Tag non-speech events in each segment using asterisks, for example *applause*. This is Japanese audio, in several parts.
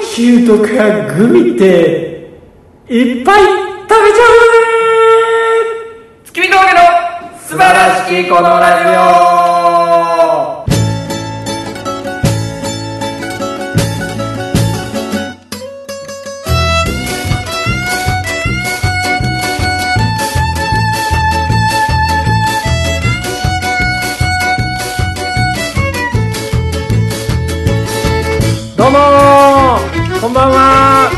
シューとかグミっていっぱい食べちゃうね月見峠の素晴らしきこのラジオどうもーこんばんは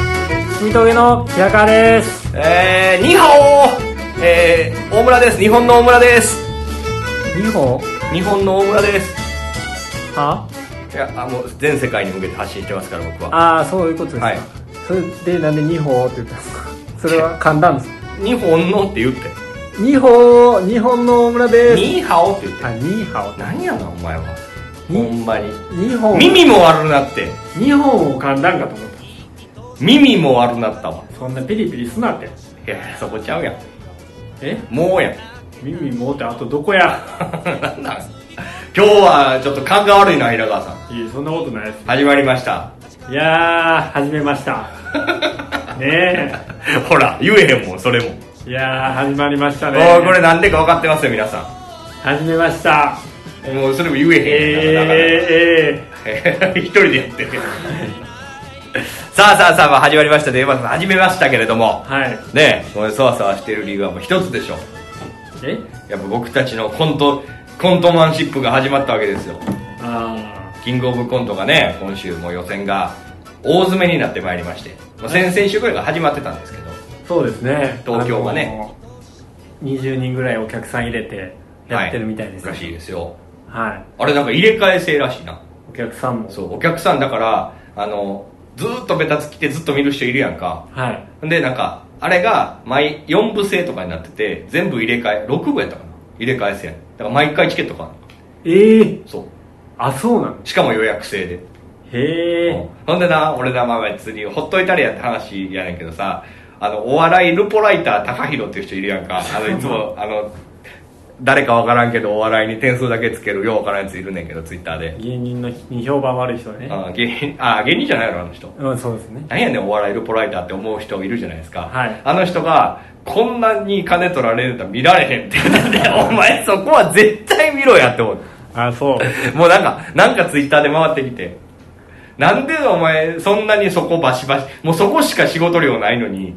みとげの平川ですえー、ニーハオーえー、大村です。日本の大村です。 2歩日本の大村です。はいや、あの、全世界に向けて発信してますから、僕は。ああそういうことですか、はいそれでなんで2歩って言ったんですかそれは簡単です日本のって言って。 2歩日本の大村ですニーハオって言ってあ。2歩何やな、お前は。にほんまに。 2歩耳も悪なって。 2本を簡単かと思っ耳も悪なったわ。たそんなピリピリすなっていや、そこちゃうやん。えもうやん。 *laughs* 耳もうてあとどこやなんなん今日はちょっと感が悪いな、平川さん。いやそんなことないです始まりました。いやー始めましたね *laughs* ほら、言えへんもん、それも。えいやー始まりましたおねーこれなんでか分かってますよ、皆さ始めましたん。もうそれも言ええー、えへん。なかなか一人でやってる。さあさあさあ、まあ始まりましたね。まあ始めましたけれどもー、。はいねえ、これそわそわしてる理由はもう一つでしょ。えやっぱ僕たちのコント、コントマンシップが始まったわけですよ。あキングオブコントがね、今週も予選が大詰めになってまいりまして、まあ、先々週ぐらいが始まってたんですけど、ーそうですね東京はねあのー20人ぐらいお客さん入れてやってるみたいです、ははいらしいですよ。はい、あれなんか入れ替え制らしいな。お客さんもそう、お客さんだから、あの、ずーっとベタつきてずっと見る人いるやんか。はいで、なんか、あれが、毎、4部制とかになってて、全部入れ替え、6部やったかな入れ替え制やん。だから毎回チケットかな。えー、そう。あそうなのしかも予約制で。へえ、うんほんでな、俺らまあ別にほっといたりやって話やねんけどさ、あの、お笑いルポライター高弘っていう人いるやんか。あの、いつ *laughs* も、あの、誰かわからんけどお笑いに点数だけつけるようわからんやついるねんけど、ツイッターで。芸人のに評判悪い人ねあ芸人、あ、芸人じゃないやろ、あの人。うんそうですねなんやねんお笑いルポライターって思う人いるじゃないですか、はいあの人がこんなに金取られるんだ見られへんって言って *laughs* てお前そこは絶対見ろやって思ってあそうもうなんかなんかツイッターで回ってきてなんでお前そんなにそこバシバシもうそこしか仕事量ないのに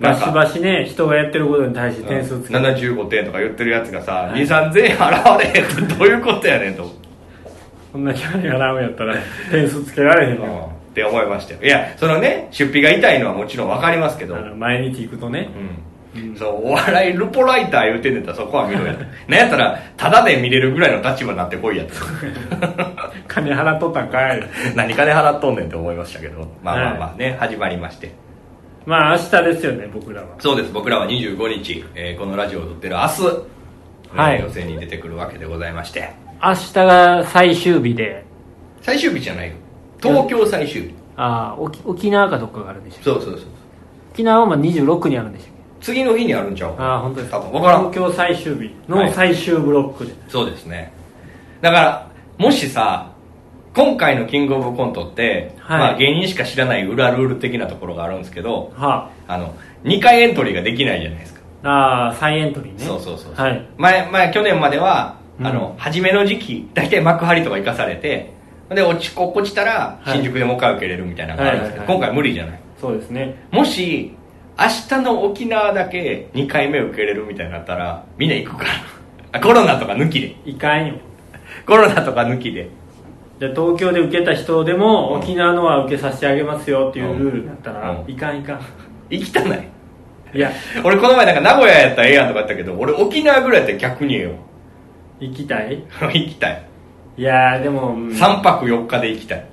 なバんかシバシね人がやってることに対して点数つけて、 75点とか言ってるやつがさ、2 3 0円払われへんってどういうことやねんと思ってそんなキャラ払うんやったら *laughs* 点数つけられへんうんよって思いましたよいやそのね出費が痛いのはもちろん分かりますけど、あの毎日行くとねうん、そうお笑いルポライター言うてんねんたらそこは *laughs* 見ろやとなんやったらタダで見れるぐらいの立場になってこいやと金払っとったんかい何金払っとんねんって思いましたけどまあまあまあね、始まりましてまあ明日ですよね僕らはそうです僕らは25日、えーこのラジオを撮ってる明日、はいえー予選に出てくるわけでございまして明日が最終日で最終日じゃないよ東京最終日ああ沖沖縄かどっかがあるんでしょそうそうそう沖縄はまあ26にあるんでしょ次の日にあるんちゃうああ本当です多分分からん東京最終日はいの最終ブロックで、そうですねだからもしさ今回のキングオブコントって、はいまあ、芸人しか知らない裏ルール的なところがあるんですけどはあの2回エントリーができないじゃないですか、あああ再エントリーねそうそうそう、はい前前去年までうは、んあの初めの時期大体幕張とか行かされてで落ちこ落ちたらはい新宿でもう一回受けれるみたいなのがあるんですけど、はいはいはい今回無理じゃないそうですねもし明日の沖縄だけ2回目受けれるみたいになったらみんな行くからあコロナとか抜きでいかんよコロナとか抜きでで東京で受けた人でも、うん沖縄のは受けさせてあげますよっていうルールになったら、うんいかんいか *laughs* ん行きたないいや俺この前なんか名古屋やったらええやんとか言ったけど俺沖縄ぐらいやったら逆にええよ *laughs* 行きたい行きたいいやーでも、うん3泊4日で行きたい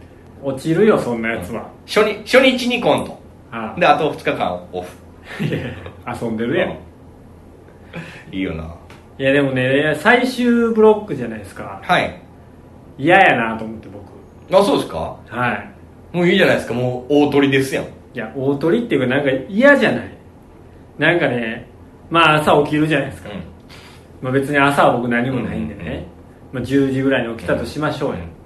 落ちるよそんなやつは、初日初日にコントあであと2日間オフあいや遊んでるやん、うんいいよないやでもね最終ブロックじゃないですかはい嫌やなと思って僕あそうですかはいもういいじゃないですかもう大鳥ですやんいや大鳥っていうかなんか嫌じゃないなんかねまあ朝起きるじゃないですか、まあ、別に朝は僕何もないんでね、うんうんうんまあ、10時ぐらいに起きたとしましょうよ、うん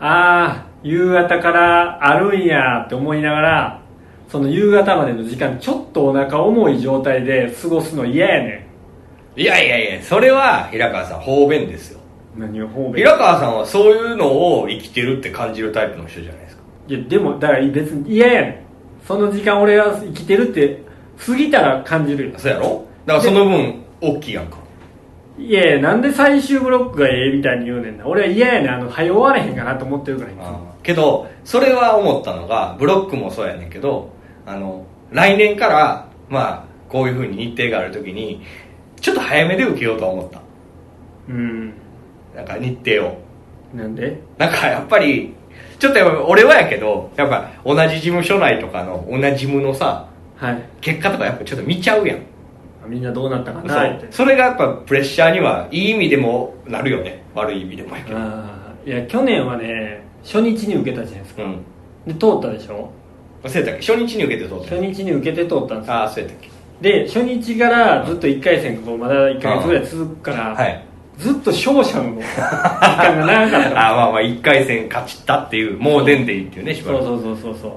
ああ夕方からあるんやって思いながらその夕方までの時間ちょっとお腹重い状態で過ごすの嫌やねいやいやいやそれは平川さん方便ですよん何を方便平川さんはそういうのを生きてるって感じるタイプの人じゃないですかいやでもだから別に嫌やねんその時間俺は生きてるって過ぎたら感じるよそうやろだからその分大きいやんかいやいやなんで最終ブロックがええみたいに言うねんな俺は嫌やねんあの早終われへんかなと思ってるからいつもけどそれは思ったのがブロックもそうやねんけどあの来年からまあこういうふうに日程がある時にちょっと早めで受けようとは思ったうんなんか日程をなんでなんかやっぱりちょっとやっぱ俺はやけどやっぱ同じ事務所内とかの同じ事務のさはい結果とかやっぱちょっと見ちゃうやん、みんなどうなったかそなっうてそれがやっぱプレッシャーにはいい意味でもなるよね悪い意味でもやけどあーいや去年はね初日に受けたじゃないですかうんで通ったでしょそうやったっけ初日に受けてそうだ初よね日に受けて通ったんですよああそうやったっけで初日からずっと1回戦がこうまだ1か月ぐらい続くから、はいずっと勝者の時間が長かった *laughs* あまあまあ1回戦勝ちたっていうもう出んでいいっていうねしばそらうくそうそうそうそう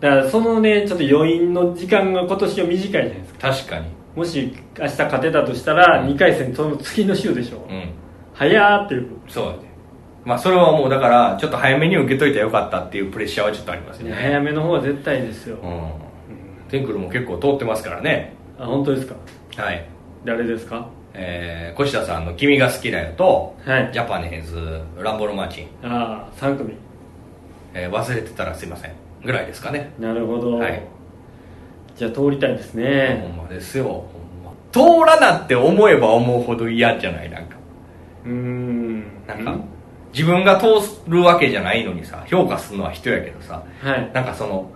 だからそのねちょっと余韻の時間が今年は短いじゃないですか確かにもし明日勝てたとしたらうん2回戦その次の週でしょ、うん早ーっていうそうやねまあそれはもうだからちょっと早めに受けといたらよかったっていうプレッシャーはちょっとありますよねね早めの方が絶対ですよ、うんテンクルも結構通ってますからねあ本当ですかはい誰ですかえー、越田さんの「君が好きだよと」はいジャパネーズランボロマーチン、ああ3組えー忘れてたらすいませんぐらいですかねなるほど、はいじゃあ通りたいですほねんまですよほんま通らなって思えば思うほど嫌じゃないなんかうーんなんか自分が通るわけじゃないのにさ評価するのは人やけどさはいなんかその、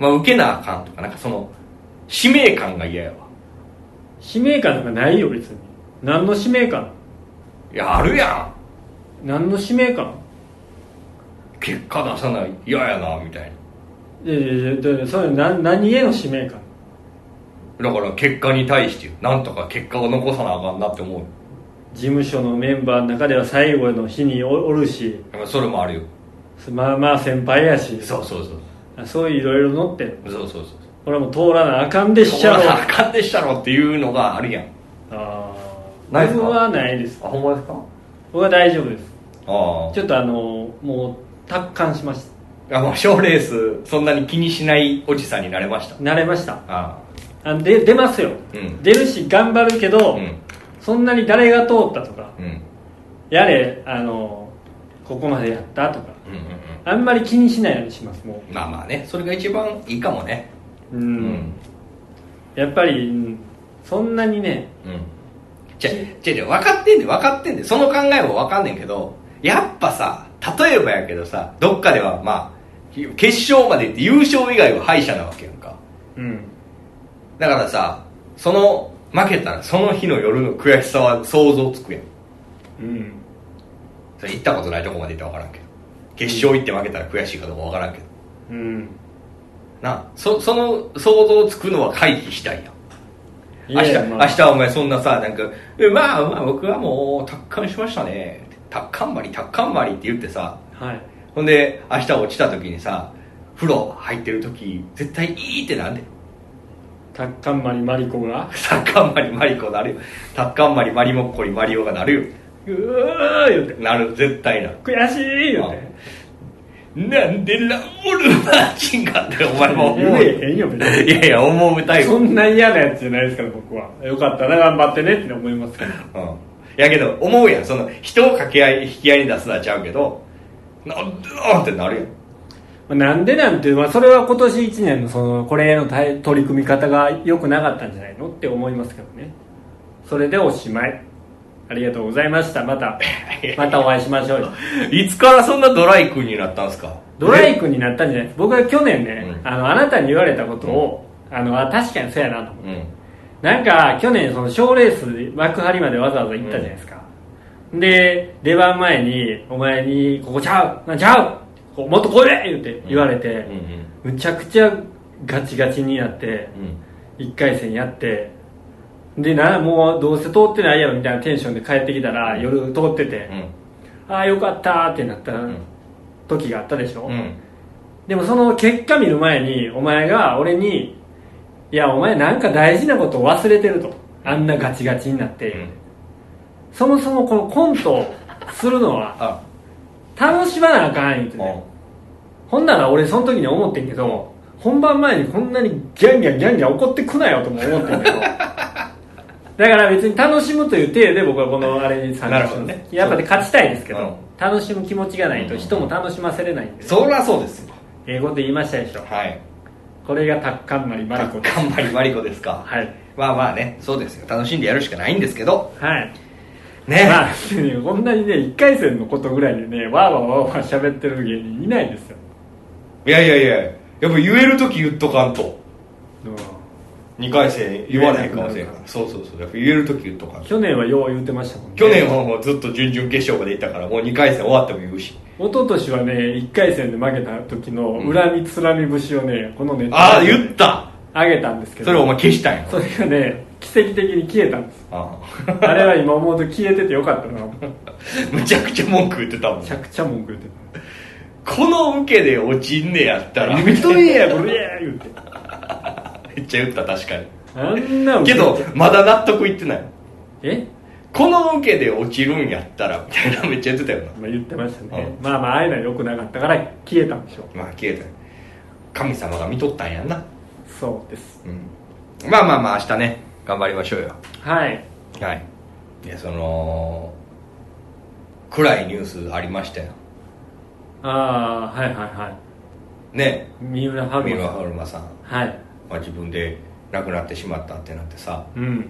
まあ、受けなあかんとかなんかその使命感が嫌やわ使命感なんかないよ別に何の使命感いやあるや何の使命感ん結果出さない嫌やなみたいいやいやいやだからそれ何何への使命感なだから結果に対してなんとか結果を残さなあかんなって思う事務所のメンバーの中では最後の日におおるしやっぱそれもあるよまあまあ先輩やしそうそうそうあそういういろいろ乗ってるそうそうそうこれはもう通らなあかんでっしそうゃろあかんでっしゃろっていうのがあるやんああーないですか僕はないですほんまですか僕は大丈夫ですああちょっとあのもう達観しましいやもう賞レースそんなに気にしないおじさんになれましたた慣れましたああで出ますよ、うん出るし頑張るけど、あうんそんなに誰が通ったとかうんうんやれあのここまでやったとかうんうんあんまり気にしないようにしますもまあまあねそれが一番いいかもねううん、やっぱり、うんそんなにねうんじゃじゃじゃ分かってんで分かってんでその考えも分かんねんけどやっぱさ例えばやけどさどっかではまあ決勝まで行って優勝以外は敗者なわけやんかうんだからさその負けたらその日の夜の悔しさは想像つくやうんんそれ行ったことないとこまで行ったら分からんけど決勝行って負けたら悔しいかどうか分からんけどうんなあそその想像つくのは回避したいやんい明日やま明あ日はお前そんなさなんかえまあまあ僕はもう達観しましたね達観まり達観まりって言ってさはいほんで明日落ちた時にさ風呂入ってる時絶対いいってなんで達観マリマリコが達観まりマリコなるよ達観まりマリモッコリマリオがなるうー言うてよなる絶対なる悔しい言うてなんでランボルマーチンかってお前も思言ういえへんよ別に *laughs* やいや思うタイプそんな嫌なやつじゃないですから僕はよかったな頑張ってねって思いますけどうんやけど思うやんその人を掛け合い引き合いに出すのはちゃうけどなんでなんってなるやんまあなんでなんて、まあ、それは今年1年のそのこれへの対取り組み方が良くなかったんじゃないのって思いますけどねそれでおしまいありがとうございましたまた *laughs* またお会いしましょうよいつからそんなドライ君になったんすかドライ君になったんじゃないです僕は去年ね、うんあのあなたに言われたことを、あのあ確かにそうやなと思ってうん。なんか去年その賞レース幕張までわざわざ行ったじゃないですか、で出番前に「お前にここちゃうなんちゃうこうもっと来いれ!」言うて言われて、うんうんむちゃくちゃガチガチになってうん。 1回戦やってでなもうどうせ通ってないやろみたいなテンションで帰ってきたら夜通ってて、うん。ああよかったーってなったら、ん時があったでしょ、うんでもその結果見る前にお前が俺に「いやお前なんか大事なことを忘れてる」とあんなガチガチになって、うんそもそもこのコントをするのはあ楽しまなあかん言うてうねほんなら俺その時に思ってんけど本番前にこんなにギャンギャンギャンギャン怒ってくなよとも思ってん *laughs* けどだから別に楽しむという体で僕はこのあれに参加してますなるほどねやっぱり勝ちたいですけど、うん楽しむ気持ちがないと人も楽しませれないんで、んそりゃそうですよ英語で言いましたでしょはいこれがタッカンマリマリコです頑張りマリコですかはいまあまあねそうですよ楽しんでやるしかないんですけどはいねまあこんなにね1回戦のことぐらいでねわーわーわーわー喋ってる芸人いないですよ、いやいやいややっぱ言える時言っとかんとうん2回生言わないかもし言れなえなくなるかいそうそうそうやっぱ言える時言っとかんと去年はよう言うてましたもんね去年はもうずっと準々決勝まで行ったからもう2回戦終わっても言うし一昨年はね1回戦で負けた時の恨みつらみ節をねこのネッああトで言ったあげたんですけどそれお前消したんやそれがね奇跡的に消えたん *laughs* ですああれは今思うと消えててよかったなめあ *laughs* むちゃくちゃ文句言ってたもんちゃくちゃ文句言ってこの受けで落ちんねやったら *laughs* た「め見っとれやこれや」言うてちゃ言った確かにあんな受けけどまだ納得いってないえこの受けで落ちるんやったらみたいなめ *laughs* っちゃ言ってたよなまあ言ってましたね、うまあまあああいうのは良くなかったから消えたんでしょうまあ消えたよ神様が見とったんやんなそうですうんまあまあまあ明日ね頑張りましょうよはいはいいやその暗いニュースありましたよああーはいはいはいね三浦三春馬浦さん春馬さん、はいまあ、自分で亡くなってしまったってなってさ、うん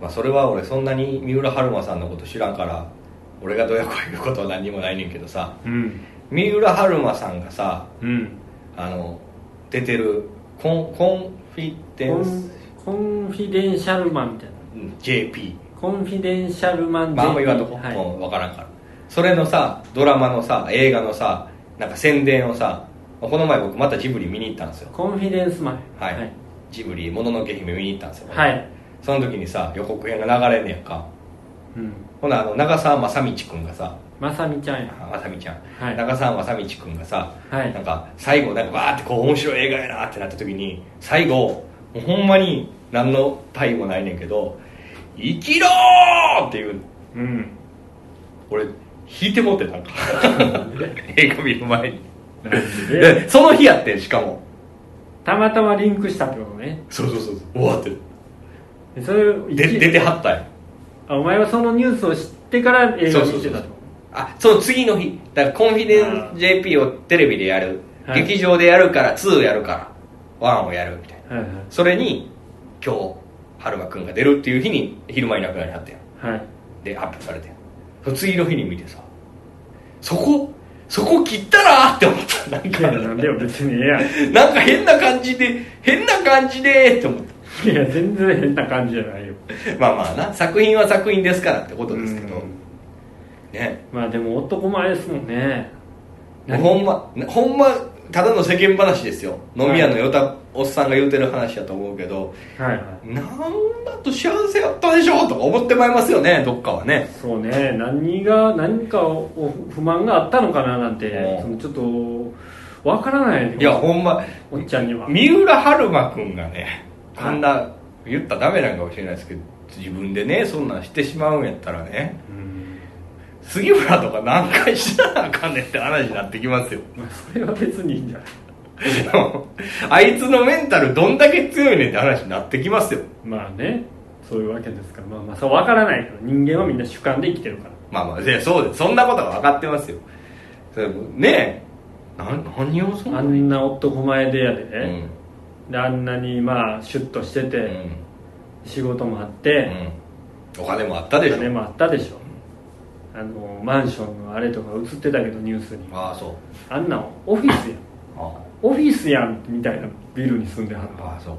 まあ、それは俺そんなに三浦春馬さんのこと知らんから俺がどうやこういうことは何にもないねんけどさうん三浦春馬さんがさうんあの出てるコンコンフィデコンンスコンフィデンシャルマンみたいなうん JP コンフィデンシャルマンまあ、あんま言わんとこ、はいもう分からんからそれのさドラマのさ映画のさなんか宣伝をさこの前僕またジブリ見に行ったんですよコンフィデンスマンはい、ジブリ「もののけ姫」見に行ったんですよはいその時にさ予告編が流れんねやんかうんほなあの長澤まさみちくんがさまさみちゃんやあまさみちゃん、はい長澤まさみちくんがさ、はいなんか最後なんかバーってこう面白い映画やなってなった時に最後もうほんまに何の対もないねんけど「生きろー!」っていううん *laughs* 俺引いて持っ *laughs* てたんか映画見る前にででその日やってんしかもたまたまリンクしたってことねそうそうそう終わってでそれをで出てはったんやあお前はそのニュースを知ってから映画を見てたってこあその次の日だからコンフィデンス JP をテレビでやる、はい劇場でやるから2やるから1をやるみたいなとはいはそれに今日春馬くんが出るっていう日に昼間いなくなりはったやんいはいでアップされてんその次の日に見てさそこそこ切ったらって思ったなんいかやなんでよ別にええやんなんか変な感じで変な感じでって思ったいや全然変な感じじゃないよまあまあな作品は作品ですからってことですけどうんねまあでも男前ですもんねもうほんまなほんまただの世間話ですよ飲み屋のよたおっさんが言うてる話だと思うけどはいはいなんだと幸せやったでしょとか思ってまいりますよねどっかはねそうね何が何かを不満があったのかななんて、うんそのちょっとわからないよいやほんまおっちゃんには三浦春馬君がねあんな言ったらダメなんかもしれないですけど自分でねそんなんしてしまうんやったらねうん杉村とか何回しなあかんねんって話になってきますよ *laughs* まあそれは別にいいんじゃないあいつのメンタルどんだけ強いねんって話になってきますよまあねそういうわけですからまあまあそうわからないから人間はみんな主観で生きてるからまあまあでそうですそんなことが分かってますよそれもねえな何をそんあなにんな男前でやでうね、んであんなにまあシュッとしてて、うん仕事もあっうて、んお金もあったでおし金ょもあったでしょあのマンションのあれとか映ってたけどニュースにああそうあんなんオフィスやんあオフィスやんみたいなビルに住んではったああそう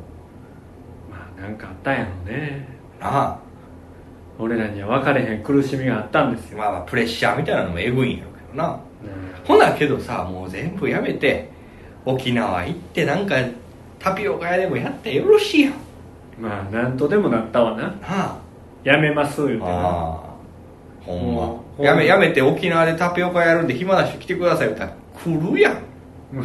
まあなんかあったんやろねなあ俺らには分かれへん苦しみがあったんですよ、まあまあプレッシャーみたいなのもえぐいんやろうけどなねほなけどさもう全部やめて沖縄行ってなんかタピオカ屋でもやってよろしいやんなまあなんとでもなったわなあやめます言うてなああほんもうほんままやめやめて沖縄でタピオカやるんで暇な人来てくださいみたいな来るやん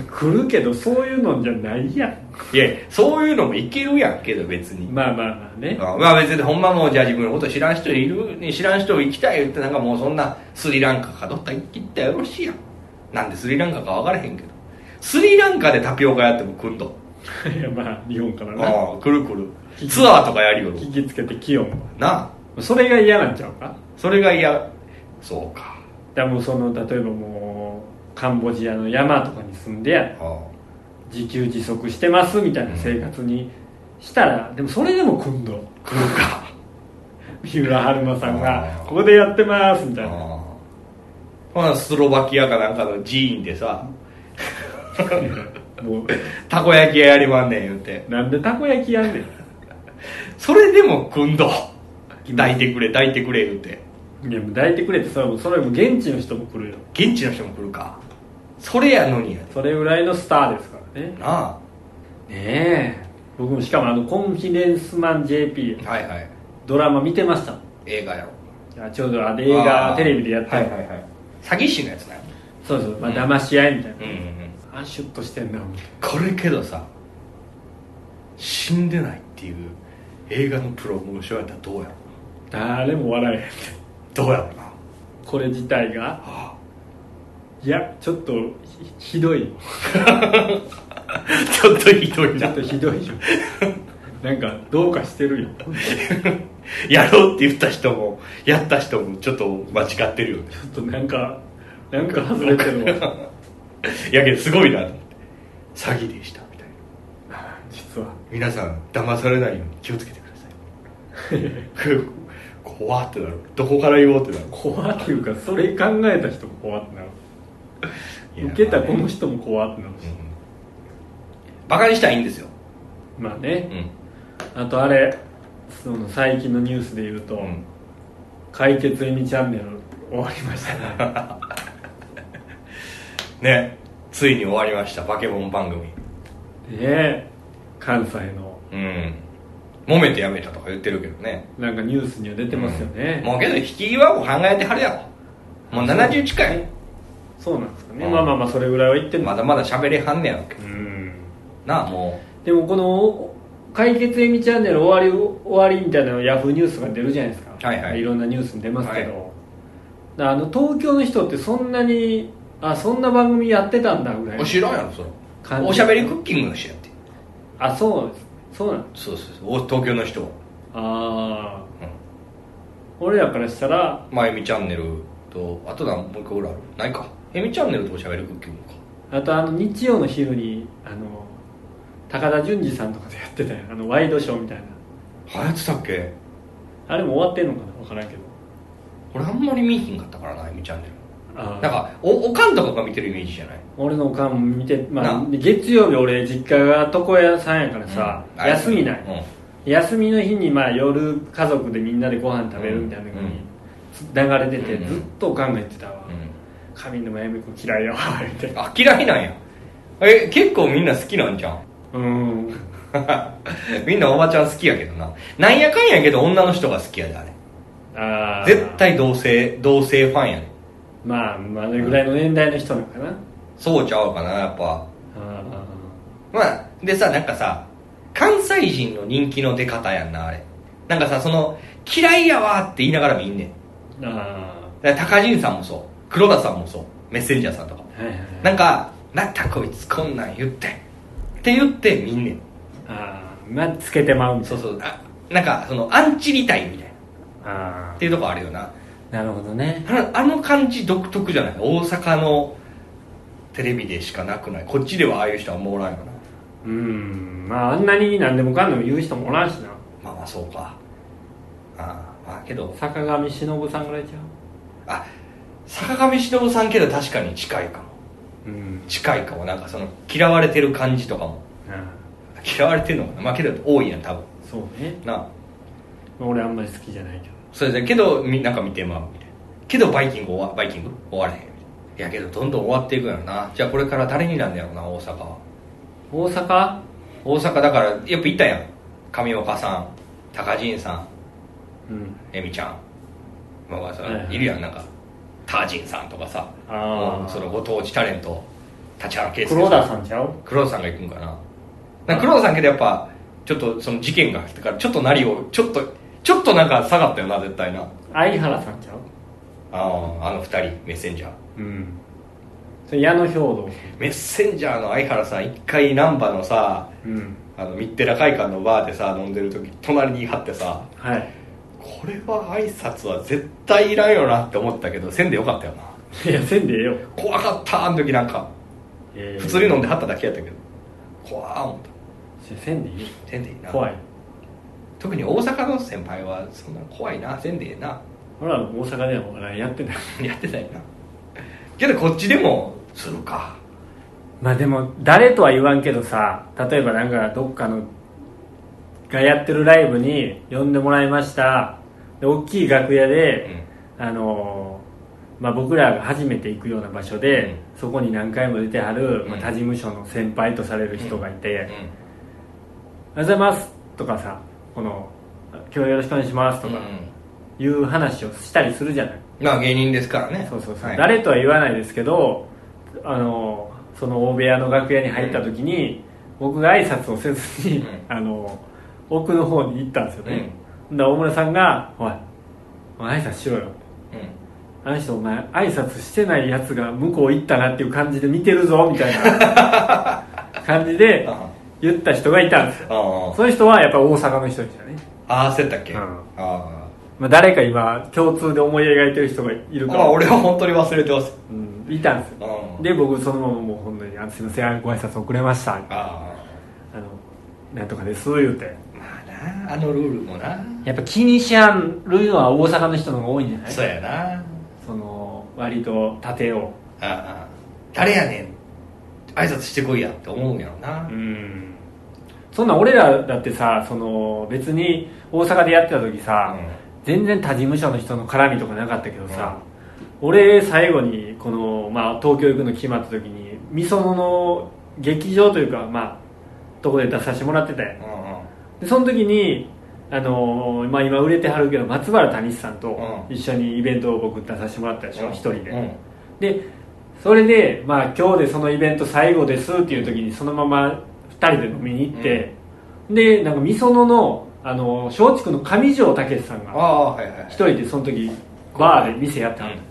来るけどそういうのじゃないやんいやそういうのもいけるやんけど別にまあまあまあねあまあ別にほんまもうじゃあ自分のこと知らん人いるね知らん人行きたいってなんかもうそんなスリランカかどっか行ったらよろしいやんなんでスリランカか分からへんけどスリランカでタピオカやっても来んと *laughs* いやまあ日本からなああ来る来るツアーとかやるよ聞きつけて気温なあそれが嫌なんちゃうかそれが嫌そうかでもうその例えばもうカンボジアの山とかに住んでやあ自給自足してますみたいな生活にしたらでもそれでも今度 *laughs* あ来る三 *laughs* か浦春馬さんあがーここでやってますみたいなああほなスロバキアかなんかの寺院でさもたこ焼き屋やりまんねん言うてうなんでたこ焼きやんねんそれでも来んど抱いてくれ抱いてくれ言うていやもう抱いてくれってそれもそれも現地の人も来るよ現地の人も来るかそれやのにやでそれぐらいのスターですからねねなえ僕もしかもあの「コンフィデンスマン JP あ」はいはいドラマ見てましたもん映画やろいやちょうどあれ映画あーテレビでやってはいはいはい詐欺師のやつなよそうそう、まあ、騙し合いみたいな、うんうんうんあシュッとしてんな思ってこれけどさ死んでないっていう映画のプロモーションやったらどうやろ誰も笑えへんどうやろうなこれ自体があいやちょっとひ *laughs* ひどいよあ *laughs* ちょっとひどいちょなっとひどいよなんかどうかしてるよ *laughs* やろうって言った人もやった人もちょっと間違ってるよねちょっとなんかなんか外れてるわやけどすごいなと思って詐欺でしたみたいな実は皆さん騙されないように気をつけてください *laughs* 怖ってなるどこから言おうってなる怖っていうかそれ考えた人も怖ってなる受けたこの人も怖ってなるしバカにしたらいいんですよ、まあうねんあとあれその最近のニュースで言うと、解決意味チャンネル終わりました *laughs* ねねついに終わりましたバケモン番組ねえ関西のうん揉めてやめたとか言ってるけどねなんかニュースには出てますよね、もうけど引きはもう考えてはるやろもう70近いそうなんですかね、うんまあまあまあそれぐらいは言ってんのまだまだ喋れはんねやろうけどうんなあもでもこの解決意味チャンネル終わり終わりみたいなのヤフーニュースが出るじゃないですかはいはいろんなニュースに出ますけど、だからあの東京の人ってそんなにあそんな番組やってたんだぐらいうお知らんやろそれ感じおしゃべりクッキングの人やってあそうなんですそうなんですそうそうそうお東京の人はああ俺らからしたらまあえみチャンネルとあとなんもう一個ぐらいあるないかえみチャンネルとおしゃべりクッキングかあとあの日曜の昼にあの高田純次さんとかでやってたよあのワイドショーみたいなはやってたっけあれも終わってんのかな分からんけど俺あんまり見ひんかったからなえみチャンネルあーなんかおおかんとかが見てるイメージじゃない俺のおかんも見て、まあな、月曜日俺実家が床屋さんやからさ、うん休みなういんはい休みの日にまあ夜家族でみんなでご飯食べるみたいなのに流れてて、うんずっとおかんが言ってたわう「上沼恵美子嫌いやわ」みたいん、なあ嫌いなんやえ結構みんな好きなんじゃん *laughs* うんみんなおばちゃん好きやけどななんやかんやけど女の人が好きやであれあー絶対同性同性ファンやねまあまああれぐらいの年代の人なのかなそうちゃうかなやっぱあまあでさなんかさ関西人の人気の出方やんなあれなんかさその嫌いやわって言いながら見んねんーあだから高陣さんもそう黒田さんもそうメッセンジャーさんとかもーはいはいなんか「なんだこいつこんなん言って」って言って見んねんあーまあつけてまうみたそいうなそうあなんかそのアンチリタイみたいなあっていうとこあるよなあなるほどねあのあの感じ独特じゃない大阪のテレビでしかなくないこっちではああいう人はもうおらんよなうんまああんなに何でもかんでも言う人もおらんしなまあまあそうかああまあけど坂上忍さんぐらいちゃうあ坂上忍さんけど確かに近いかもうん近いかもなんかその嫌われてる感じとかもあ嫌われてるのかなまあけど多いやん多分あそうねなあ俺あんまり好きじゃないけどそれでけどみなんか見てまうみたいなけどバイキング終わバイキング終われへんみたいないやけどどんどん終わっていくんやろなじゃあこれから誰になんねやろな大阪は大阪大阪だからやっぱいたやん上岡さん高陣さんうんえみちゃんまあまあそはいはいいるやんなんかタージンさんとかさあーうんそのご当地タレント立原圭黒介田さんちゃう黒田さんが行くんかななんか黒田さんけどやっぱちょっとその事件があったからちょっとなりをちょっとちょっとなんか下がったよな絶対な相原さんちゃうあーあの二人メッセンジャーうんそれ矢野兵道メッセンジャーの相原さん一回難波のさうんあのミッテラ会館のバーでさ飲んでる時隣に張ってさはいこれは挨拶は絶対いらんよなって思ったけどせんでよかったよないやせんでええよ、怖かったあの時なんかえ普通に飲んではっただけやったけど怖ー思っせんでいいよたせんでいいな怖い特に大阪の先輩はそんな怖いなせんでええなほら大阪ではお笑いやってないやってないなけどこっちでもするかまあでも誰とは言わんけどさ例えばなんかどっかのがやってるライブに呼んでもらいましたで大きい楽屋うで、んあのーまあ、僕らが初めて行くような場所で、そこに何回も出てはる、まあ、うん他事務所の先輩とされる人がいて、うんおはようございますとかさこの今日よろしくお願いしますとうんかいう話をしたりするじゃない、まあ芸人ですからねそうそうそう、はい誰とは言わないですけどあのその大部屋の楽屋に入った時に、僕が挨拶をせずに、うんあの奥の方に行ったんですよね、だから大村さんが「おいお前挨拶しろよ」うんあの人お前挨拶してないやつが向こう行ったなっていう感じで見てるぞみたいな *laughs* 感じであ言った人がいたんですよあその人はやっぱ大阪の人でしたね、ああそうやったっけ、うんああまあ、誰か今共通で思い描いてる人がいるかまあら、俺は本当に忘れてますうん、いたんですようんで僕そのままもう本当に「あのすいませんご挨拶遅れました」ああのなんとかです」言うてあまあなあのルールもなやっぱ気にしやんるのは大阪の人の方が多いんじゃないそうやなあその割と盾をあ誰やねん挨拶してこいやって思うんやろな、うんそんなん俺らだってさその別に大阪でやってた時さ、うん全然他事務所の人の絡みとかなかったけどさ、俺最後にこの、まあ、東京行くの決まった時にみそのの劇場というかまあとこで出させてもらってたようんうんでその時にあのーまあ、今売れてはるけど松原谷さんとうん一緒にイベントを僕出させてもらったでしょ、うん一人で、うんでそれで、まあ、今日でそのイベント最後ですっていう時にそのまま2人で飲みに行って、でなんかみそののあの松竹の上条武さんあがあはいはい一人でその時バーで店やってはった、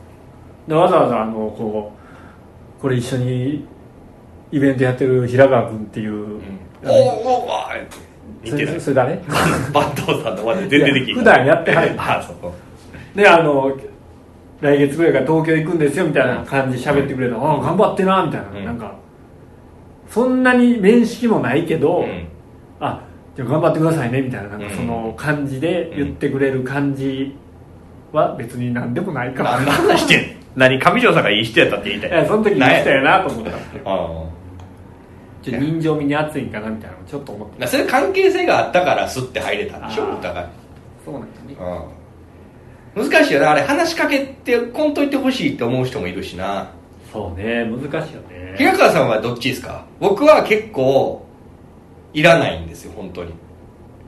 でわざわざあのこうこれ一緒にイベントやってる平川君っていう、うん、おおおおあ似そてれないそれ誰 *laughs* バッドさんとまで全然できんいや普段やってはるああそこであの来月ぐらいから東京行くんですよみたいな感じで喋ってくれた、ああ頑張ってなみたいな、うんなんかそんなに面識もないけど、うんあじゃあ頑張ってくださいねみたいななんうかんその感じで言ってくれる感じは別に何でもないか何ら、*laughs* の話してん何上条さんがいい人やったって言いたいいやその時に何来やたよなと思ったああちょっと人情味に熱いんかなみたいなのちょっと思ってなそういう関係性があったからスッて入れたんでしょあーだからそうなんだねうん難しいよなあれ話しかけてこんといてほしいって思う人もいるしなそうね難しいよね平川さんはどっちですか僕は結構いらないんですよ本当に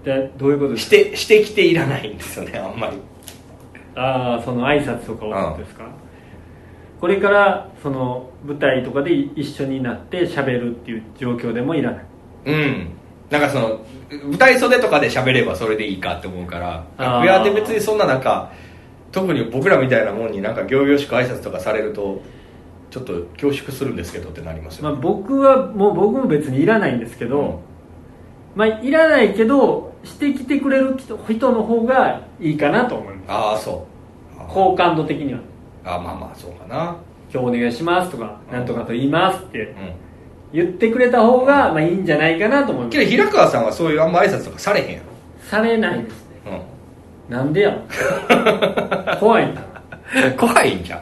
でどういうことですしかてしてきていらないんですよねあんまりああその挨拶とかはどうですか、これからその舞台とかで一緒になって喋るっていう状況でもいらないうんなんかその舞台袖とかで喋ればそれでいいかって思うからあー楽屋で別にそんななんか特に僕らみたいなもんになんか行々しく挨拶とかされるとちょっと恐縮するんですけどってなりますよ、まあ、僕はもう僕も別にいらないんですけど、うんまあいらないけどしてきてくれる人人の方がいいかなと思いますああそうあー好感度的にはあーまあまあそうかな「今日お願いします」とか「うんなんとかと言います」ってうん言ってくれた方がまあいいんじゃないかなと思いまけどす平川さんはそういうあんま挨拶とかされへんやされないですねろ、なんでや *laughs* ろ怖いんかなうん、怖いんじゃん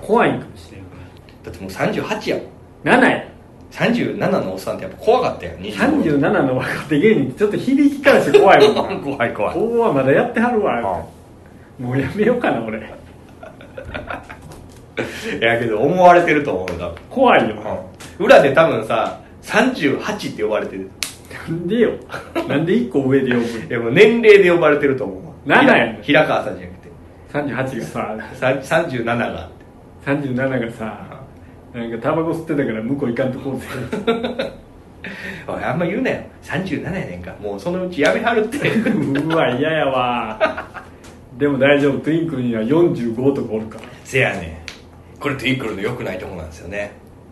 怖いんかもしれんだってもう38やもん7や37のおっさんってやっぱ怖かったやん37の若手芸人ってちょっと響きからして怖いもん *laughs* な *laughs* 怖い怖いおおまだやってはるわもうやめようかな俺いやけど思われてると思う多怖いよ分、裏で多分さ38って呼ばれてるなんでよなんで1個上で呼ぶいやもう年齢で呼ばれてると思うなんなんや平川 *laughs* さんじゃなくて38がささ37が37がさあなんかタバコ吸ってたから向こう行かんとこうぜ *laughs* おいあんま言うなよ37やねんかもうそのうちやめはるってうわ嫌やわでも大丈夫トゥインクルには45とかおるから *laughs* せやねんこれトゥインクルの良くないとこなんですよね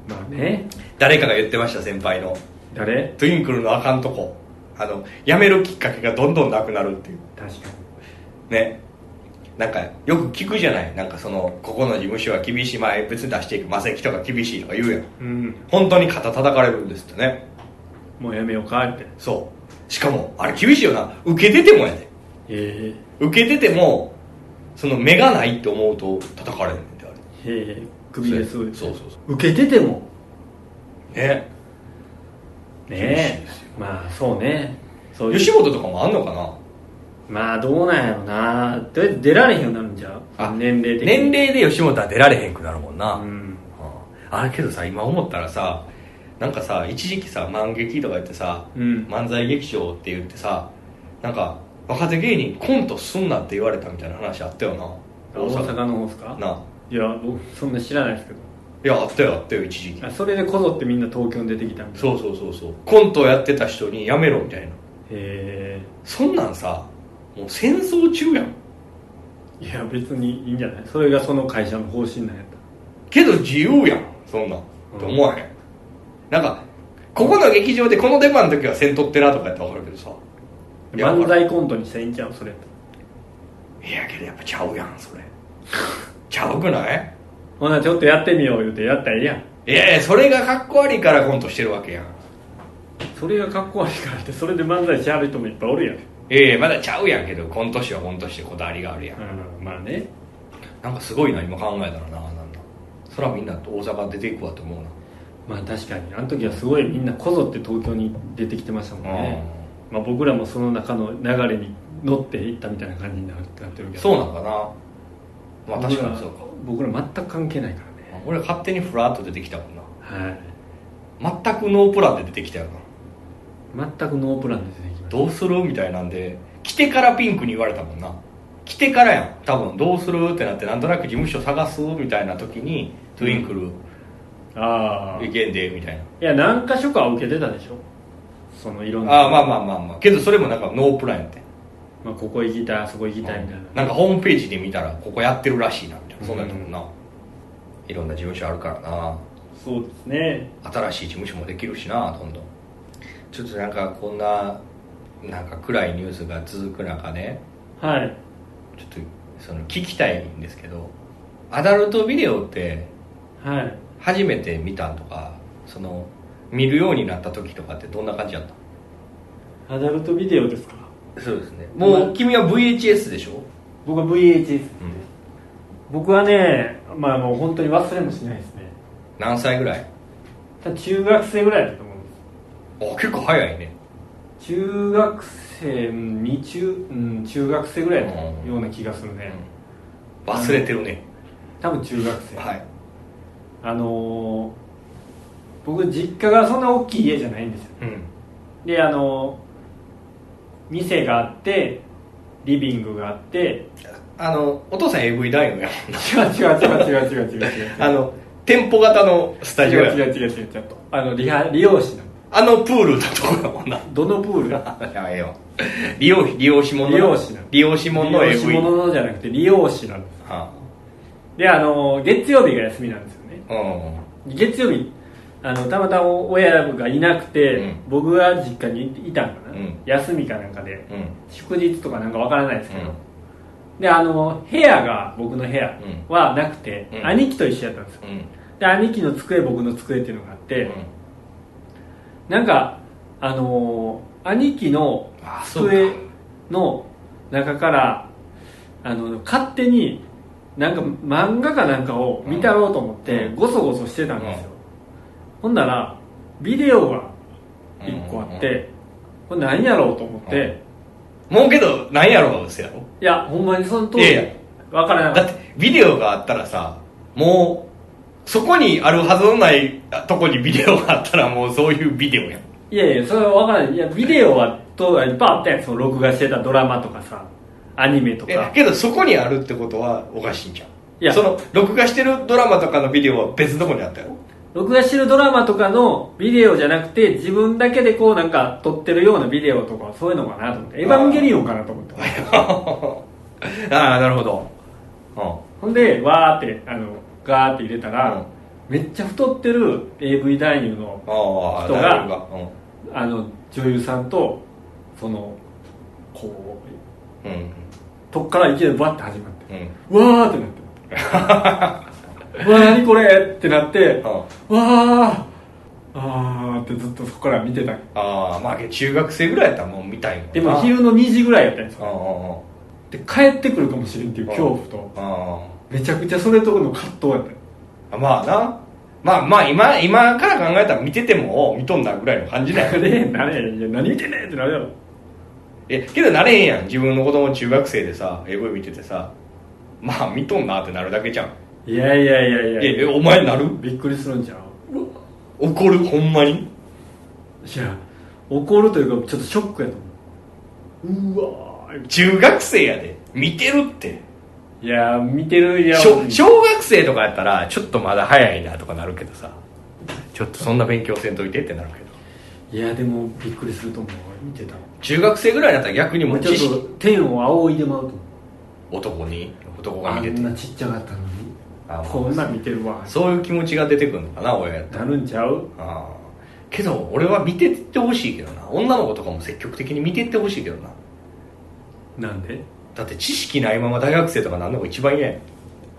まあね誰かが言ってました先輩の誰トゥインクルのあかんとこあのやめるきっかけがどんどんなくなるっていう確かにねなんかよく聞くじゃないなんかそのここの事務所は厳しい前別に出していく魔石とか厳しいとか言うやんうん本当に肩叩かれるんですってねもうやめようかってそうしかもあれ厳しいよな受けててもやでえ受けててもその目がないって思うと叩かれるんであれえへえ首ですそうそうそうそ受けててもね厳しいねえですよまあそうねそういう吉本とかもあんのかなまあどうなんやろなとりあえず出られへんようになるんじゃうあ年齢的年に齢で吉本は出られへんくなるもんな、うんあれけどさ今思ったらさなんかさ一時期さ漫劇とか言ってさ、うん漫才劇場って言ってさなんか若手芸人コントすんなって言われたみたいな話あったよな大阪の方ですかないや僕そんな知らないですけどいやあったよあったよ一時期あそれでこぞってみんな東京に出てきたみたいなそうそうそうそうコントやってた人にやめろみたいなへそんなんさもう戦争中やんえいや別にいいんじゃないそれがその会社の方針なんやっけど自由やんそんなん、うんって思わへんなんかここの劇場でこの出番の時はせんとってなとかやったら分かるけどさたいや漫才コントにせんちゃうそれいやけどやっぱちゃうやんそれ *laughs* ちゃうくないほなちょっとやってみよう言うてやったらええやんいやいやそれがかっこ悪いからコントしてるわけやんそれがかっこ悪いからってそれで漫才しはる人もいっぱいおるやんいやいやまだちゃうやんけどコント師はコント師でこだわりがあるやん、うんまあねなんかすごいな今考えたらななんだそらみんな大阪出ていくわと思うなまあ確かにあの時はすごいみんなこぞって東京に出てきてましたもんね、まあ、僕らもその中の流れに乗っていったみたいな感じになってなってるけどそうなんかなまあ確かにそうか僕ら僕ら全く関係ないからね俺勝手にフラッと出てきたもんなはい全くノープランで出てきたよな全くノープランで出てきましたどうするみたいなんで来てからピンクに言われたもんな来てからやん多分どうするってなってなんとなく事務所探すみたいな時に「トゥインクルああ行いけんで」みたいなや何か所かは受けてたでしょそのいろんなああまあまあまあまあけどそれもなんかノープランやってまあここ行きたいあそこ行きたいみたいな、なんかホームページで見たらここやってるらしいなみたいなそんなんやったもんな、いろんな事務所あるからなそうですね新しい事務所もできるしなどんどんちょっとなんかこんななんか暗いニュースが続く中ねはいちょっとその聞きたいんですけどアダルトビデオってはい初めて見たとかその見るようになった時とかってどんな感じだっアダルトビデオですかたそうですねもう君は VHS でしょ、僕は VHS うん、僕はねまあもう本当に忘れもしないですね何歳ぐらいただ中学生ぐらいだと思うんですあ結構早いね中学生うん未中、うん、中学生ぐらいのうんような気がするね、忘れてるね、多分中学生、はいあのー僕実家がそんな大きい家じゃないんですようんであのー店があってリビングがあってあのお父さん AV 男優やもんな *laughs* 違う違う違う違う違う違う違う違う違う違う違うあの店舗型のスタジオやもん違う違う違うあのリハ利用しなあのプールのとこやもんなどのプールがやめよう利用費利用しもの利用しな利用しもの *laughs* 利 AV 用し物のじゃなくて利用しなんですはであのー月曜日が休みなんですよねあうん月曜日あのたまたま親がいなくて、うん僕が実家にいたんかな、うん休みかなんかでうん祝日とかなんかわからないですけど、うんであの部屋が僕の部屋はなくて、うん兄貴と一緒やったんですようんで兄貴の机僕の机っていうのがあって、うんなんかあのー兄貴のあそうか机の中からあの勝手になんか漫画かなんかを見たろうと思ってうんゴソゴソしてたんですよ、ほんならビデオが1個あって、うんうこれ何やろうと思って、うんもうけどなんやろうですやろいやほんまにその当い時やいやわからなかだっってビデオがあったらさもうそこにあるはずのないとこにビデオがあったらもうそういうビデオやんたいやいやそれはわからないいやビデオはといっぱいあったやんその録画してたドラマとかさアニメとえかけどそこにあるってことはおかしいんじゃんいやその録画してるドラマとかのビデオは別のとこにあったよ録画してるドラマとかのビデオじゃなくて自分だけでこうなんか撮ってるようなビデオとかそういうのかなと思って「エヴァンゲリオン」かなと思って *laughs* ああなるほど、うほんでわーってあのガーって入れたら、めっちゃ太ってる AV 男優のん、ああ人が誰がうんあの女優さんとそのこううんとっからいきなりバッて始まってうんうんわーってなってわー何これってなってわーあーってずっとそこから見てたああまあ中学生ぐらいやったらもう見たいもんなでも昼の2時ぐらいやったんですうよんうんうんで帰ってくるかもしれんっていう恐怖とうんめちゃくちゃそれとこの葛藤やったあまあなまあまあ今今から考えたら見ててもお見とんなぐらいの感じだな *laughs* よれへんなれへんいや何見てんねんってなるやろえけどなれへんやん自分の子供中学生でさ AV 見ててさまあ見とんなってなるだけじゃんいやいやいやいやええお前なるびっくりするんちゃう怒るほんまにいや怒るというかちょっとショックやと思ううわー中学生やで見てるっていや見てるいや小小学生とかやったらちょっとまだ早いなとかなるけどさちょっとそんな勉強せんといてってなるけどいやでもびっくりすると思う見てたら中学生ぐらいだったら逆にももううちょ知っと識天を仰いでもらうと思う男に男があ見てんてなちっちゃかったのにあこんなん見てるわそういう気持ちが出てくるのかな親やったらなるんちゃうああけど俺は見てってほしいけどな女の子とかも積極的に見てってほしいけどななんでだって知識ないまま大学生とかなんのが一番嫌やん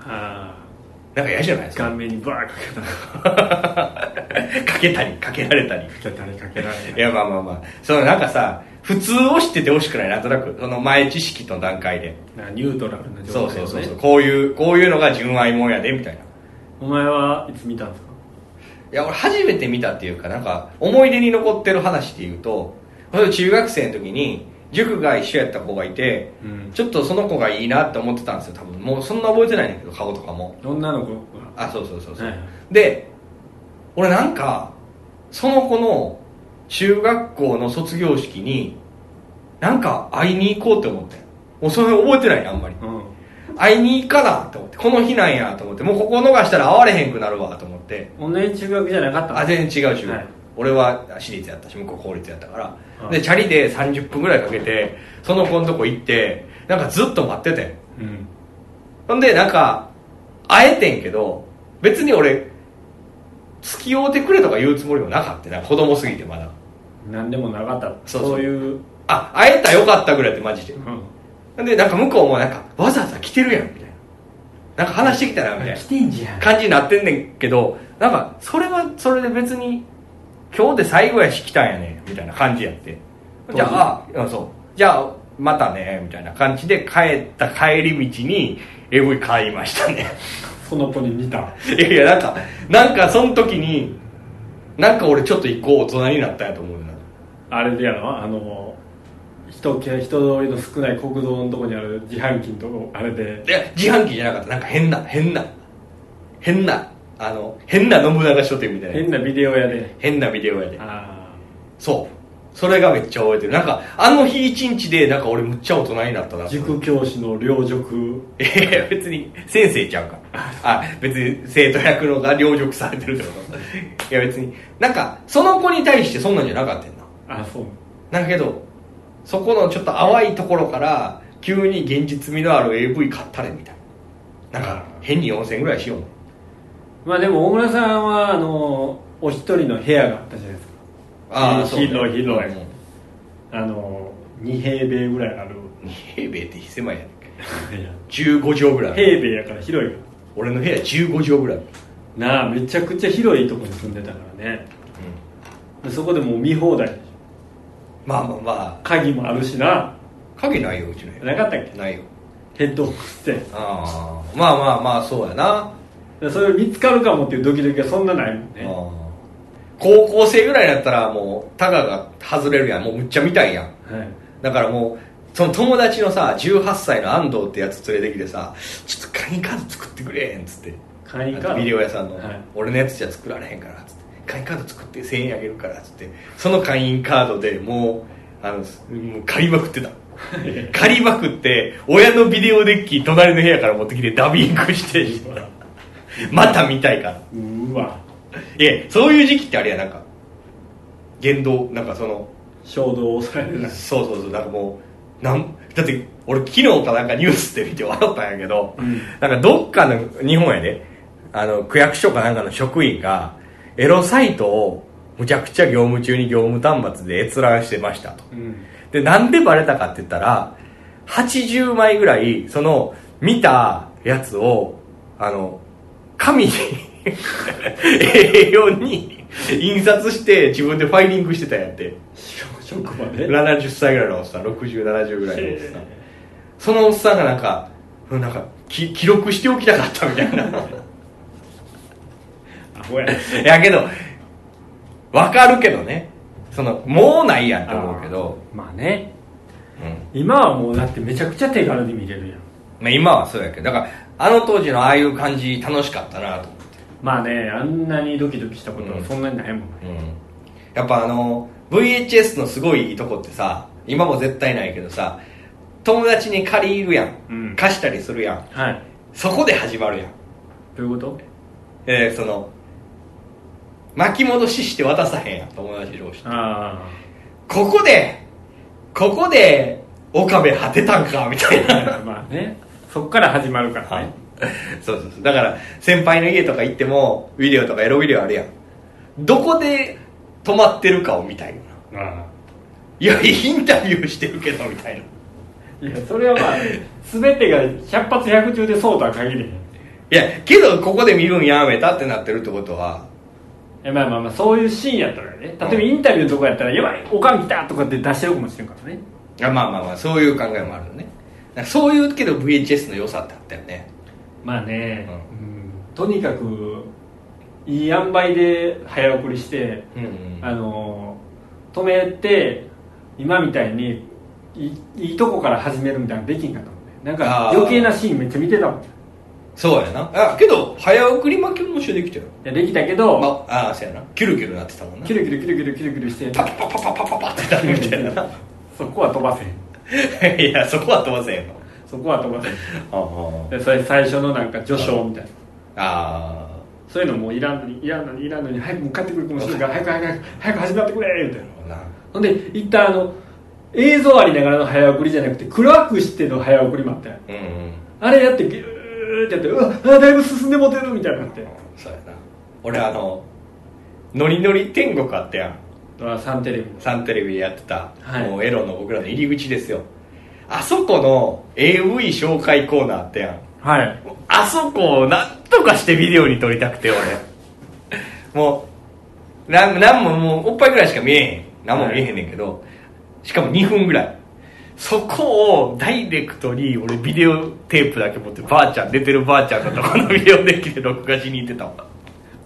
あなんか嫌じゃないであすか顔面にバーかけたら *laughs* かけたりかけられたり *laughs* 誰かけられいやまあまあまあそのなんかさ普通を知っててほしくないなんとなくその前知識の段階でないニュートラルなそ状う態そをうそうそうねこういうこういうのが純愛もんやでみたいないお前はいつ見たんですかや俺初めて見たっていうかなんか思い出に残ってる話で言うと俺中学生の時に塾が一緒やった子がいてうんちょっとその子がいいなって思ってたんですよ多分もうそんな覚えてないんだけど顔とかも女の子があそうそうそうそう、はいで俺なんかその子の中学校の卒業式になんか会いに行こうって思ってもうそれ覚えてないねあんまりうん会いに行かなと思ってこの日なんやと思ってもうここ逃したら会われへんくなるわと思って同じ中学じゃなかったあ全然違う違う、はい俺は私立やったし向こう公立やったから、うんでチャリで30分ぐらいかけてその子のとこ行ってなんかずっと待っててうんほんでなんか会えてんけど別に俺付き合うてくれとか言うつもりもなかったな子供すぎてまだ何でもなかったそうそういうあ会えたらよかったぐらいってマジでうほんでなんか向こうもなんかわざわざ来てるやんみたいななんか話してきたなみたいなてんじゃ感じになってんねんけどなんかそれはそれで別に今日で最後やし来たんやねんみたいな感じやってじゃああそうじゃあまたねみたいな感じで帰った帰り道に AV 買いましたね *laughs* その子に似たいやいやなんかなんかその時になんか俺ちょっと一個大人になったんやと思うなあれでやろあの人気人通りの少ない国道のとこにある自販機のとこあれでで自販機じゃなかったなんか変な変な変なあの変な信長書店みたい変ななビデオ屋で変なビデオやであそうそれがめっちゃ覚えてるなんかあの日一日でなんか俺むっちゃ大人になったなあ *laughs* 塾教師の両塾いやいや別に先生ちゃうかあ別に生徒役のが両辱されてるってこといや別になんかその子に対してそんなんじゃなかったよあそうなだけどそこのちょっと淡いところから急に現実味のある AV 買ったれみたいななんか変に4000円ぐらいしようもんまあでも大村さんはあのお一人の部屋があったじゃないですかああそうね広い広いうんあの2平米ぐらいある二平米って狭いやんいや15畳ぐらいある平米やから広いよ俺の部屋15畳ぐらいあるなあめちゃくちゃ広いとこに住んでたからねでそこでもう見放題でしょまあまあま鍵もあるしなあ影ないようちの部なかったっけ屋ないよヘッドホンしてああまあまあまあそうやな、でそれ見つかるかもっていうドキドキはそんなないもんあねー高校生ぐらいだったらもうタガが外れるやんもうむっちゃ見たいやんはいだからもうその友達のさ18歳の安藤ってやつ連れてきてさ「ちょっと会員カード作ってくれ」んつって会員カードあとビデオ屋さんの、はい俺のやつじゃ作られへんから」つって「会員カード作って1000円あげるから」つってその会員カードでもうあのもう借りまくって *laughs* た借りまくって親のビデオデッキ *laughs* 隣の部屋から持ってきてダビングしてまた見たいからうーわいやそういう時期ってあれやなんか言動なんかその衝動を抑えるなそうそうそうなんかもうなんだって俺昨日かなんかニュースで見て笑ったんやけど、うんなんかどっかの日本やであの区役所かなんかの職員がエロサイトをむちゃくちゃ業務中に業務端末で閲覧してましたとうんでなんでバレたかって言ったら80枚ぐらいその見たやつをあの紙に *laughs* A4 に印刷して自分でファイリングしてたんやって職場で70歳ぐらいのおっさん6070ぐらいのおっさんへそのおっさんがなんかうんなんかき記録しておきたかったみたいな *laughs* アホややけどわかるけどねそのもうないやんって思うけど、まあねうん今はもうだってめちゃくちゃ手軽に見れるやんまあ、今はそうやけどだからあの当時のああいう感じ楽しかったなと思ってまあねあんなにドキドキしたことはそんなにないもんね、うんやっぱあの VHS のすごいいいとこってさ今も絶対ないけどさ友達に借りるやん、うん貸したりするやんはいそこで始まるやんどういうことえーその巻き戻しして渡さへんやん友達同士あここでここで岡部果てたんかみたい *laughs* なあまあねそっから始まるからねそうそうそうだから先輩の家とか行ってもビデオとかエロビデオあるやんどこで泊まってるかを見たいよなあいやインタビューしてるけどみたいないあいやそれはまあ全てが百発百中でそうとは限りへんいやけどここで見るんやめたってなってるってことはえまあまあまあそういうシーンやったらね例えばうんインタビューとかやったら「やばいおかん来た!」とかって出してるかもしれんからねあまあまあまあそういう考えもあるよねなんかそういうけど VHS の良さってあったよねまあね、ううんとにかくいい塩梅で早送りしてうんうんあの止めて今みたいにいいいとこから始めるみたいなのできんかったもんねなんかあー余計なシーンめっちゃ見てたもんいそうやなあけど早送り巻き戻しはできたよやできたけど、まああそうやなキュルキュルなってたもんなキュルキュルキュルキュルキュルキュルしてパパパパパパパってなるみたいなそこは飛ばせへん *laughs* いやそこは飛ばせへんのそこは飛ばせへんああでそれ最初のなんか序章みたいなあそういうのもういらんのにいらんのにいらんのに早く向かってくるかもしれんから早く早く早く早く始まってくれみたいなあなほんで一旦あの映像ありながらの早送りじゃなくて暗くしての早送りもあったやんうんうんあれやってギューってやってうわあだいぶ進んでもてるみたいになってそうやな俺あのノリノリ天国あったやんあサンテレビのサンテレビでやってた、はいもうエロの僕らの入り口ですよあそこの AV 紹介コーナーあったやんはいあそこをなんとかしてビデオに撮りたくて俺もうなんなんももうおっぱいぐらいしか見えへんなんも見えへんねんけど、しかも2分ぐらいそこをダイレクトに俺ビデオテープだけ持ってばあちゃん出てるばあちゃんのとこのビデオデッキで録画しに行ってたわ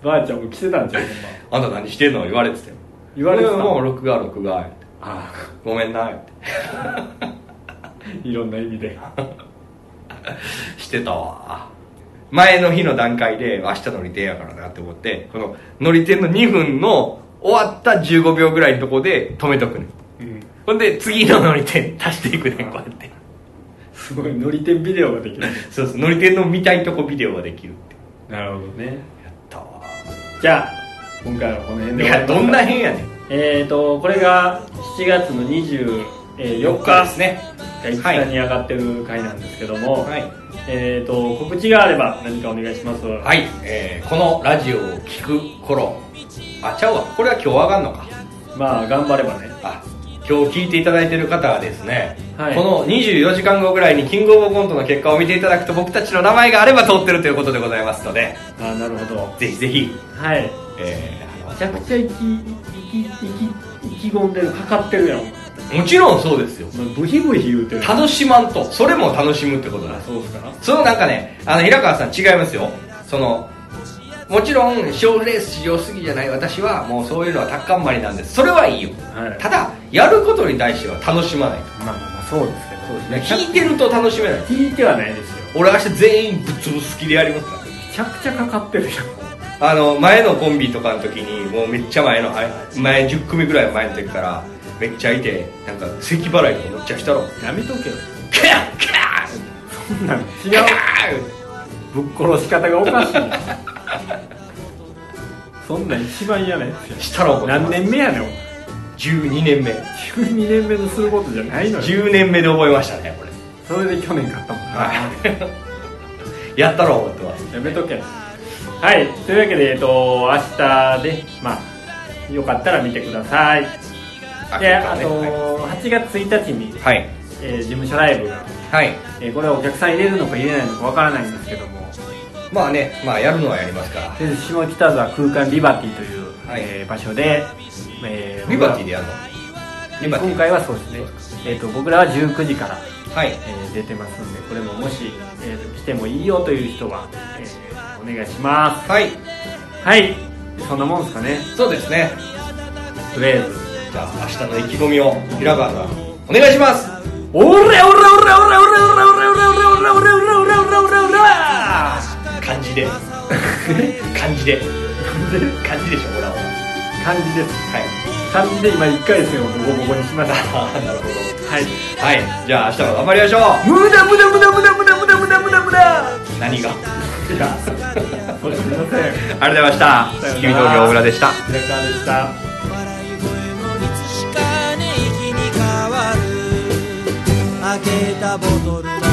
ばあちゃんも来てたんちゃうほんまあんた何してんの言われてたよ言われてた俺はもう録画録画言ってあごめんな言ってあ *laughs* いろんな意味でしてたわ前の日の段階で明日乗り手やからなって思ってこの乗り手の2分の終わった15秒ぐらいのとこで止めとくねうんんほんで次の乗り手足していくねんこうやってすごい乗り手ビデオができるそうそう乗り手の見たいとこビデオができるってなるほどねやったわじゃあ今回はこの辺いでやどんな変やねんえーとこれが7月の24他日ですねが一番に上がってる回なんですけども、はい、えー、と告知があれば何かお願いしますはいはいえーこのラジオを聞く頃あちゃうわこれは今日上がんのかまあ頑張ればねあ今日聞いていただいてる方はですね、はいこの24時間後ぐらいにキングオブコントの結果を見ていただくと僕たちの名前があれば通ってるということでございますのであなるほどぜひぜひ、はいえめちゃくちゃ意気意気意気意気込んでるかかってるやんお前ーもちろんそうですよお前ブヒブヒ言うてる楽しまんとそれも楽しむってことなんですそうっすかそのなんかねあの平川さん違いますよそのもちろん賞レース至上主義じゃない私はもうそういうのはタッカンマリなんですそれはいいよはいただやることに対しては楽しまないとまあまあまあそうですけどそうです聞いてると楽しめない聞いてはないですよ俺明日全員ぶっ潰す気でやりますからめちゃくちゃかかってるやんあの前のコンビとかの時にもうめっちゃ前のはい前10組ぐらい前の時からめっちゃいてなんか咳払いとかめっちゃしたろやめとけよキャーキャーそんなのキ違ャうぶっ殺し方がおかしい *laughs* そんなん一番嫌なやつやしたら怒ってま何す年目やねんお前12年目12年目のすることじゃないのよ10年目で覚えましたねこれそれで去年買ったもんな、 *laughs* やったら思ってますやめとけはいというわけで、えっと、明日でまあよかったら見てくださいであと、8月1日に、はいえー事務所ライブが、はいえーこれはお客さん入れるのか入れないのかわからないんですけどもまあねまあやるのはやりますかでら下北沢空間リバティという、はいえー場所で、えーリバティでやるのリバティ今回はそうですね、えー、と僕らは19時から、はいえー出てますんでこれももし、えーと来てもいいよという人は、えーお願いしまはいすはいそんなもんですかねそうですねとりあえずじゃあ明日の意気込みを平川さんお願いしますオラオラオラオラオラオラオラオラオラオラオラオラオラオラオラオラ漢字で漢字で *laughs* 漢字でしょ俺は感じですはい感じで今1回戦をボコボコにしましたはああなるほどいはいじゃあ明日も頑張りましょう無駄無駄無駄無駄無駄無駄無駄無駄無駄何がごめんなさいありがとうございましさようなたら君東京小倉でした平川でした笑い声もいつしかね息に変わる開けたボトルだ